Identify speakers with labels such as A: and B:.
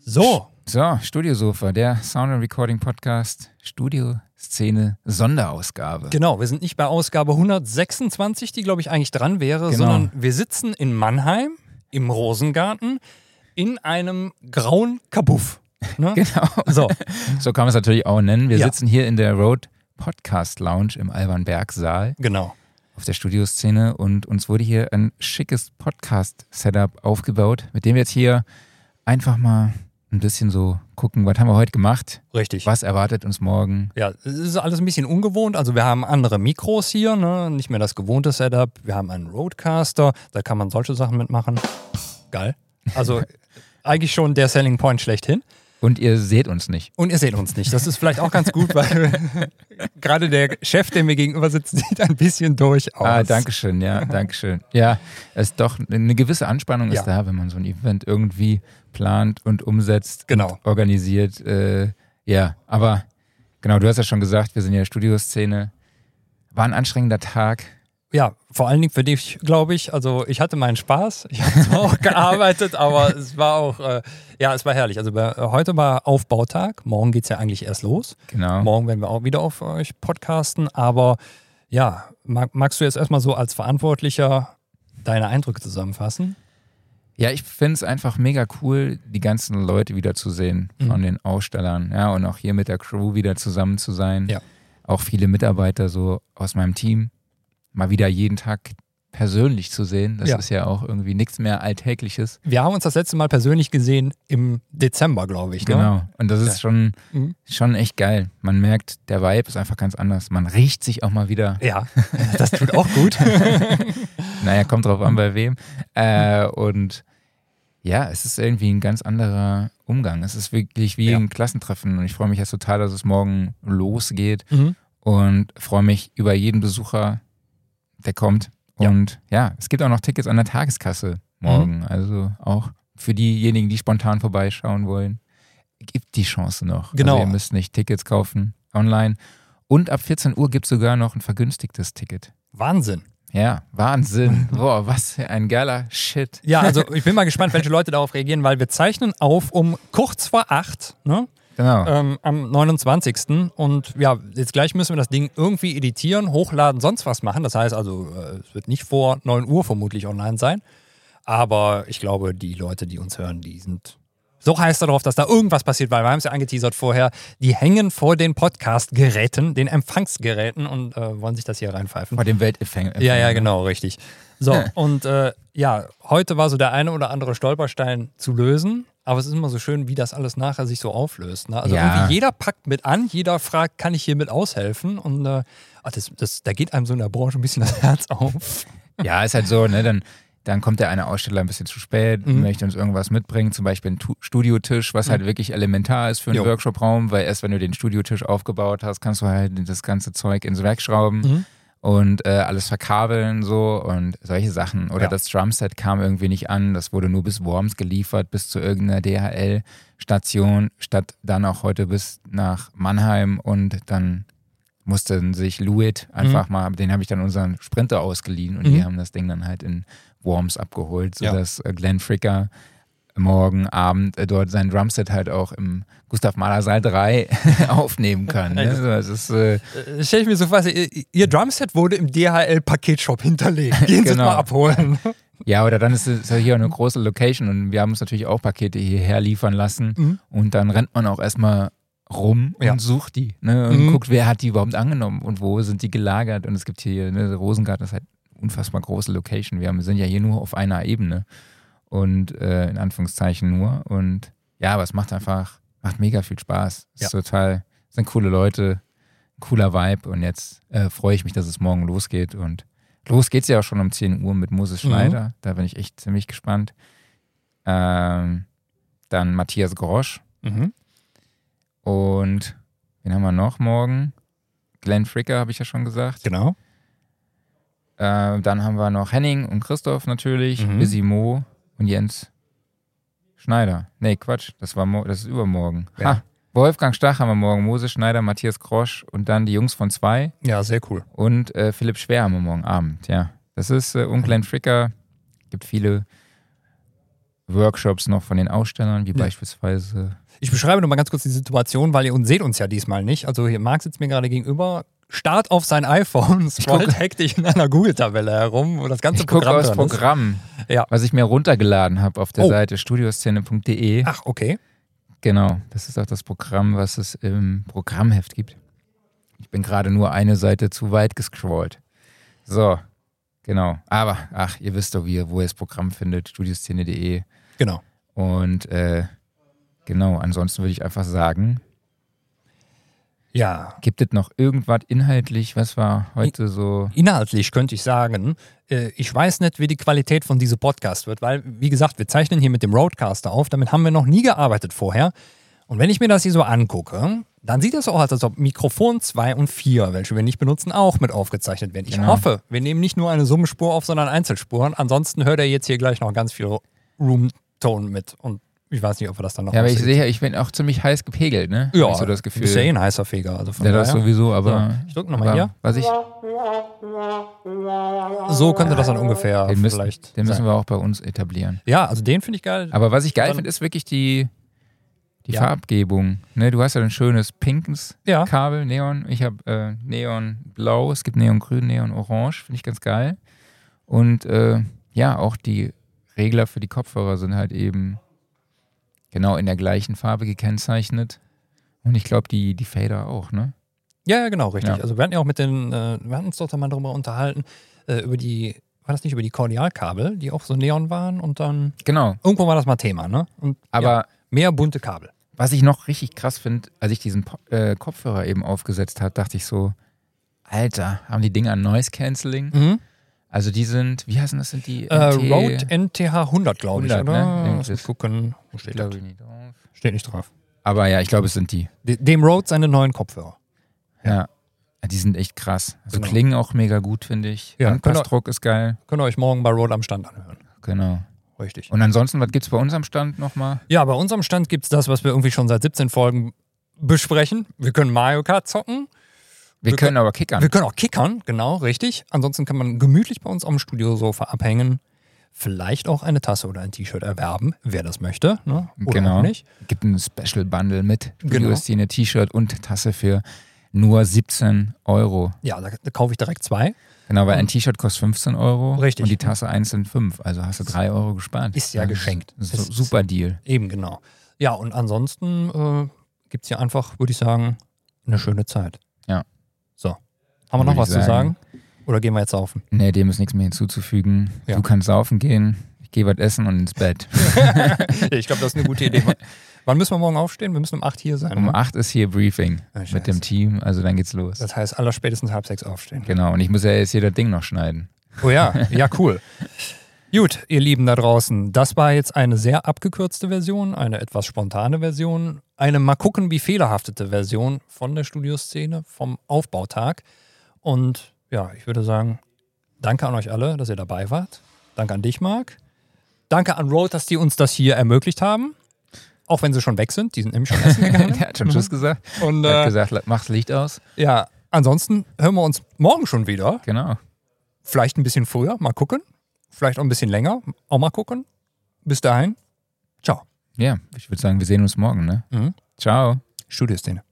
A: So,
B: So, Studiosofa, der Sound and Recording Podcast, Studioszene, Sonderausgabe.
A: genau, wir sind nicht bei Ausgabe 126, die glaube ich eigentlich dran wäre,
B: Genau.
A: sondern wir sitzen in Mannheim im Rosengarten in einem grauen Kabuff. Ne?
B: Genau.
A: So,
B: So kann man es natürlich auch nennen. Wir
A: Ja.
B: sitzen hier in der Road Podcast Lounge im Alban Berg Saal
A: genau.
B: auf der Studioszene und uns wurde hier ein schickes Podcast Setup aufgebaut, mit dem wir jetzt hier einfach mal ein bisschen so gucken, was haben wir heute gemacht?
A: Richtig.
B: Was erwartet uns morgen?
A: Ja, es ist alles ein bisschen ungewohnt. Also wir haben andere Mikros hier, ne? nicht mehr das gewohnte Setup. Wir haben einen Roadcaster, da kann man solche Sachen mitmachen. Geil. Also eigentlich schon der Selling Point schlechthin.
B: Und ihr seht uns nicht.
A: Und ihr seht uns nicht. Das ist vielleicht auch ganz gut, weil gerade der Chef, dem wir gegenüber sitzt, sieht ein bisschen durch aus.
B: Ah, danke schön, ja, danke schön. Ja, es ist doch eine gewisse Anspannung ist
A: Ja.
B: da, wenn man so ein Event irgendwie plant und umsetzt,
A: Genau.
B: organisiert. Äh, ja, aber genau, du hast ja schon gesagt, wir sind ja Studioszene. War ein anstrengender Tag.
A: Ja, vor allen Dingen für dich, glaube ich. Also ich hatte meinen Spaß. Ich habe zwar auch gearbeitet, aber es war auch, äh, ja, es war herrlich. Also bei, heute war Aufbautag. Morgen geht es ja eigentlich erst los.
B: Genau.
A: Morgen werden wir auch wieder auf euch podcasten. Aber ja, mag, magst du jetzt erstmal so als Verantwortlicher deine Eindrücke zusammenfassen?
B: Ja, ich finde es einfach mega cool, die ganzen Leute wieder zu sehen
A: Mhm.
B: von den Ausstellern. Ja, und auch hier mit der Crew wieder zusammen zu sein.
A: Ja.
B: Auch viele Mitarbeiter so aus meinem Team mal wieder jeden Tag persönlich zu sehen. Das
A: Ja.
B: ist ja auch irgendwie nichts mehr Alltägliches.
A: Wir haben uns das letzte Mal persönlich gesehen im Dezember, glaube ich. Ne?
B: Genau. Und das ist schon,
A: Mhm.
B: schon echt geil. Man merkt, der Vibe ist einfach ganz anders. Man riecht sich auch mal wieder.
A: Ja, das tut auch gut.
B: Naja, kommt drauf
A: Hm.
B: an, bei wem. Äh, und ja, es ist irgendwie ein ganz anderer Umgang. Es ist wirklich wie
A: Ja.
B: ein Klassentreffen und ich freue mich jetzt total, dass es morgen losgeht
A: Mhm.
B: und freue mich über jeden Besucher, der kommt.
A: Ja. Mhm.
B: Und ja, es gibt auch noch Tickets an der Tageskasse morgen. Also auch für diejenigen, die spontan vorbeischauen wollen, gibt die Chance noch.
A: Genau.
B: Also ihr müsst nicht Tickets kaufen online. Und ab 14 Uhr gibt es sogar noch ein vergünstigtes Ticket.
A: Wahnsinn.
B: Ja, Wahnsinn. Boah, was für ein geiler Shit.
A: Ja, also ich bin mal gespannt, welche Leute darauf reagieren, weil wir zeichnen auf um kurz vor acht ne?
B: Genau.
A: ähm, am 29. Und ja, jetzt gleich müssen wir das Ding irgendwie editieren, hochladen, sonst was machen. Das heißt also, äh, es wird nicht vor 9 Uhr vermutlich online sein. Aber ich glaube, die Leute, die uns hören, die sind so heiß darauf, dass da irgendwas passiert, weil wir haben es ja angeteasert vorher. Die hängen vor den Podcast-Geräten, den Empfangsgeräten und äh, wollen sich das hier reinpfeifen.
B: Vor dem Weltempfänger.
A: Ja, ja, genau, richtig. So, und äh, ja, heute war so der eine oder andere Stolperstein zu lösen, aber es ist immer so schön, wie das alles nachher sich so auflöst. Ne? Also
B: Ja.
A: irgendwie jeder packt mit an, jeder fragt, kann ich hiermit aushelfen? Und äh, ah, das, das, da geht einem so in der Branche ein bisschen das Herz auf.
B: Ja, ist halt so, ne? Dann, dann kommt der eine Aussteller ein bisschen zu spät,
A: Mhm.
B: möchte uns irgendwas mitbringen, zum Beispiel einen Tu- Studiotisch, was halt wirklich elementar ist für einen
A: Jo.
B: Workshopraum, weil erst wenn du den Studiotisch aufgebaut hast, kannst du halt das ganze Zeug ins Werk schrauben.
A: Mhm.
B: Und äh, alles verkabeln so und solche Sachen. Oder
A: Ja.
B: das Drumset kam irgendwie nicht an, das wurde nur bis Worms geliefert, bis zu irgendeiner DHL-Station, statt dann auch heute bis nach Mannheim und dann mussten sich Lewitt einfach mal, den habe ich dann unseren Sprinter ausgeliehen und die haben das Ding dann halt in Worms abgeholt,
A: Ja.
B: sodass äh, Glenn Fricker morgen Abend äh, dort sein Drumset halt auch im Gustav Mahler Saal 3 aufnehmen kann. Ne? So, Das ist, äh,
A: Äh, Stell ich mir so fast, ihr, ihr Drumset wurde im DHL-Paketshop hinterlegt. Gehen Sie es
B: Genau.
A: mal abholen.
B: ja, oder dann ist es ja hier eine große Location und wir haben uns natürlich auch Pakete hierher liefern lassen und dann rennt man auch erstmal rum und
A: Mhm. Ja.
B: sucht die ne? und
A: Mhm.
B: guckt, wer hat die überhaupt angenommen und wo sind die gelagert und es gibt hier, ne, der Rosengarten ist halt unfassbar große Location. Wir haben, sind ja hier nur auf einer Ebene und äh, in Anführungszeichen nur und ja, aber es macht einfach, macht mega viel Spaß. Es Ist total, sind coole Leute, cooler Vibe und jetzt äh, freue ich mich, dass es morgen losgeht und los geht's ja auch schon um 10 Uhr mit Moses
A: Mhm.
B: Schneider, da bin ich echt ziemlich gespannt. Ähm, dann Matthias Grosch Mhm, und wen haben wir noch morgen? Glenn Fricker, habe ich ja schon gesagt.
A: Genau.
B: Äh, dann haben wir noch Henning und Christoph natürlich,
A: Mhm.
B: Busy Mo und Jens Schneider. Nee, Quatsch, das, war mo das ist übermorgen.
A: Ja.
B: Ha, Wolfgang Stach haben wir morgen, Moses Schneider, Matthias Grosch und dann die Jungs von zwei
A: Ja, sehr cool.
B: und äh, Philipp Schwer haben wir morgen Abend, ja. Das ist äh, und Glenn Fricker, gibt viele Workshops noch von den Ausstellern, wie beispielsweise.
A: Ich beschreibe nur mal ganz kurz die Situation, weil ihr uns seht uns ja diesmal nicht. Also hier Marc sitzt mir gerade gegenüber, starrt auf sein iPhone, scrollt hektisch in einer Google-Tabelle herum, wo das ganze
B: Ich gucke
A: Programm
B: aufs
A: dran ist.
B: Programm,
A: Ja.
B: was ich mir runtergeladen habe auf der
A: Oh.
B: Seite studioszene.de.
A: Ach, okay.
B: Genau, das ist auch das Programm, was es im Programmheft gibt. Ich bin gerade nur eine Seite zu weit gescrollt. So, genau. Aber, ach, ihr wisst doch, wie, ihr- wo ihr das Programm findet, studioszene.de.
A: Genau.
B: Und äh, genau, ansonsten würde ich einfach sagen,
A: Ja.
B: gibt es noch irgendwas inhaltlich, was war heute so...
A: Inhaltlich könnte ich sagen, äh, ich weiß nicht, wie die Qualität von diesem Podcast wird, weil, wie gesagt, wir zeichnen hier mit dem Roadcaster auf, damit haben wir noch nie gearbeitet vorher. Und wenn ich mir das hier so angucke, dann sieht das auch aus, als ob Mikrofon 2 und 4, welche wir nicht benutzen, auch mit aufgezeichnet werden. Ich
B: Genau.
A: hoffe, wir nehmen nicht nur eine Summenspur auf, sondern Einzelspuren. Ansonsten hört er jetzt hier gleich noch ganz viel Roomtone mit. Und ich weiß nicht, ob wir das dann noch
B: Ja, aber ich
A: aussehen.
B: sehe ja, ich bin auch ziemlich heiß gepegelt, ne? Hab
A: ja,
B: ich so das Gefühl.
A: Ist ja eh ein heißer Feger. Also von
B: Ja, das
A: daher.
B: sowieso, aber.
A: So, ich drück noch mal
B: aber
A: hier.
B: Was ich,
A: so könnte das dann ungefähr
B: den müssen,
A: vielleicht.
B: den müssen
A: sein.
B: wir auch bei uns etablieren.
A: Ja, also den finde ich geil.
B: Aber was ich geil
A: Dann-
B: finde, ist wirklich die, die
A: Ja.
B: Farbgebung. Ne, du hast ja ein schönes pinkes
A: Ja.
B: Kabel, Neon. Ich habe äh, Neonblau, es gibt Neongrün, Neonorange, finde ich ganz geil. Und äh, ja, auch die Regler für die Kopfhörer sind halt eben genau in der gleichen Farbe gekennzeichnet. Und ich glaube, die, die Fader auch, ne?
A: Ja, ja, genau, richtig.
B: Ja.
A: Also wir hatten ja auch mit den, äh, wir hatten uns doch da mal drüber unterhalten, äh, über die, war das nicht über die Kordialkabel, die auch so neon waren und dann,
B: Genau.
A: irgendwo war das mal Thema, ne? Und,
B: Aber
A: ja, mehr bunte Kabel.
B: Was ich noch richtig krass finde, als ich diesen Po- äh, Kopfhörer eben aufgesetzt habe, dachte ich so, Alter, haben die Dinger Noise Cancelling?
A: Mhm.
B: Also die sind, wie heißen das, sind die
A: Äh, Rode NTH 100, glaube ich,
B: 100,
A: oder?
B: ne? Irgendwas.
A: Lass mich gucken. Wo Steht, das?
B: glaube ich nicht drauf.
A: steht nicht drauf.
B: Aber ja, ich glaube, es sind die.
A: De- Dem Rode seine neuen Kopfhörer.
B: Ja. Ja, Die sind echt krass. Also
A: Genau.
B: klingen auch mega gut, finde ich.
A: Ja, genau.
B: Anpassdruck ist geil.
A: Könnt ihr euch morgen bei Rode am Stand anhören.
B: Genau.
A: Richtig.
B: Und ansonsten, was gibt's bei uns am Stand nochmal?
A: Ja, bei unserem Stand gibt es das, was wir irgendwie schon seit 17 Folgen besprechen. Wir können Mario Kart zocken.
B: Wir,
A: Wir
B: können aber kickern.
A: Wir können auch kickern, genau, richtig. Ansonsten kann man gemütlich bei uns am Studiosofa abhängen. Vielleicht auch eine Tasse oder ein T-Shirt erwerben, wer das möchte. Ne? Oder
B: genau.
A: auch nicht.
B: Gibt ein Special Bundle mit
A: Genau.
B: Videostine, T-Shirt und Tasse für nur 17 Euro.
A: Ja, da, da kaufe ich direkt zwei.
B: Genau, weil ein T-Shirt kostet 15 Euro
A: Mhm. Richtig.
B: und die Tasse einzeln 5. Also hast du 3 Euro gespart.
A: Ist ja
B: Das
A: geschenkt.
B: Ist so,
A: Ist-
B: super Deal.
A: Eben, genau. Ja, und ansonsten äh, gibt es hier einfach, würde ich sagen, eine schöne Zeit.
B: Ja.
A: So. Haben wir noch
B: Würde
A: was
B: ich
A: zu
B: sagen.
A: sagen? Oder gehen wir jetzt saufen?
B: Nee, dem ist nichts mehr hinzuzufügen.
A: Ja.
B: Du kannst saufen gehen, ich gehe was essen und ins Bett.
A: ich glaube, das ist eine gute Idee. Wann- Wann müssen wir morgen aufstehen? Wir müssen um acht hier sein.
B: Um
A: ne?
B: 8 ist hier Briefing
A: Ah,
B: mit dem
A: scheiße.
B: Team, also dann geht's los.
A: Das heißt, aller spätestens halb sechs aufstehen.
B: genau, und ich muss ja jetzt hier das Ding noch schneiden.
A: Oh ja, ja, cool. Gut, ihr Lieben da draußen, das war jetzt eine sehr abgekürzte Version, eine etwas spontane Version, eine mal gucken, wie fehlerhaftete Version von der Studioszene, vom Aufbautag. Und ja, ich würde sagen, danke an euch alle, dass ihr dabei wart. Danke an dich, Marc. Danke an Road, dass die uns das hier ermöglicht haben. Auch wenn sie schon weg sind, die sind nämlich schon essen
B: Der
A: gegangen.
B: hat schon Tschüss gesagt.
A: Und
B: Er hat
A: äh,
B: gesagt, mach's Licht aus.
A: ja, ansonsten hören wir uns morgen schon wieder
B: Genau.
A: vielleicht ein bisschen früher, mal gucken. Vielleicht auch ein bisschen länger, auch mal gucken. Bis dahin, ciao.
B: Ja, ich würde sagen, wir sehen uns morgen, ne?
A: Mhm.
B: Ciao.
A: Studioszene.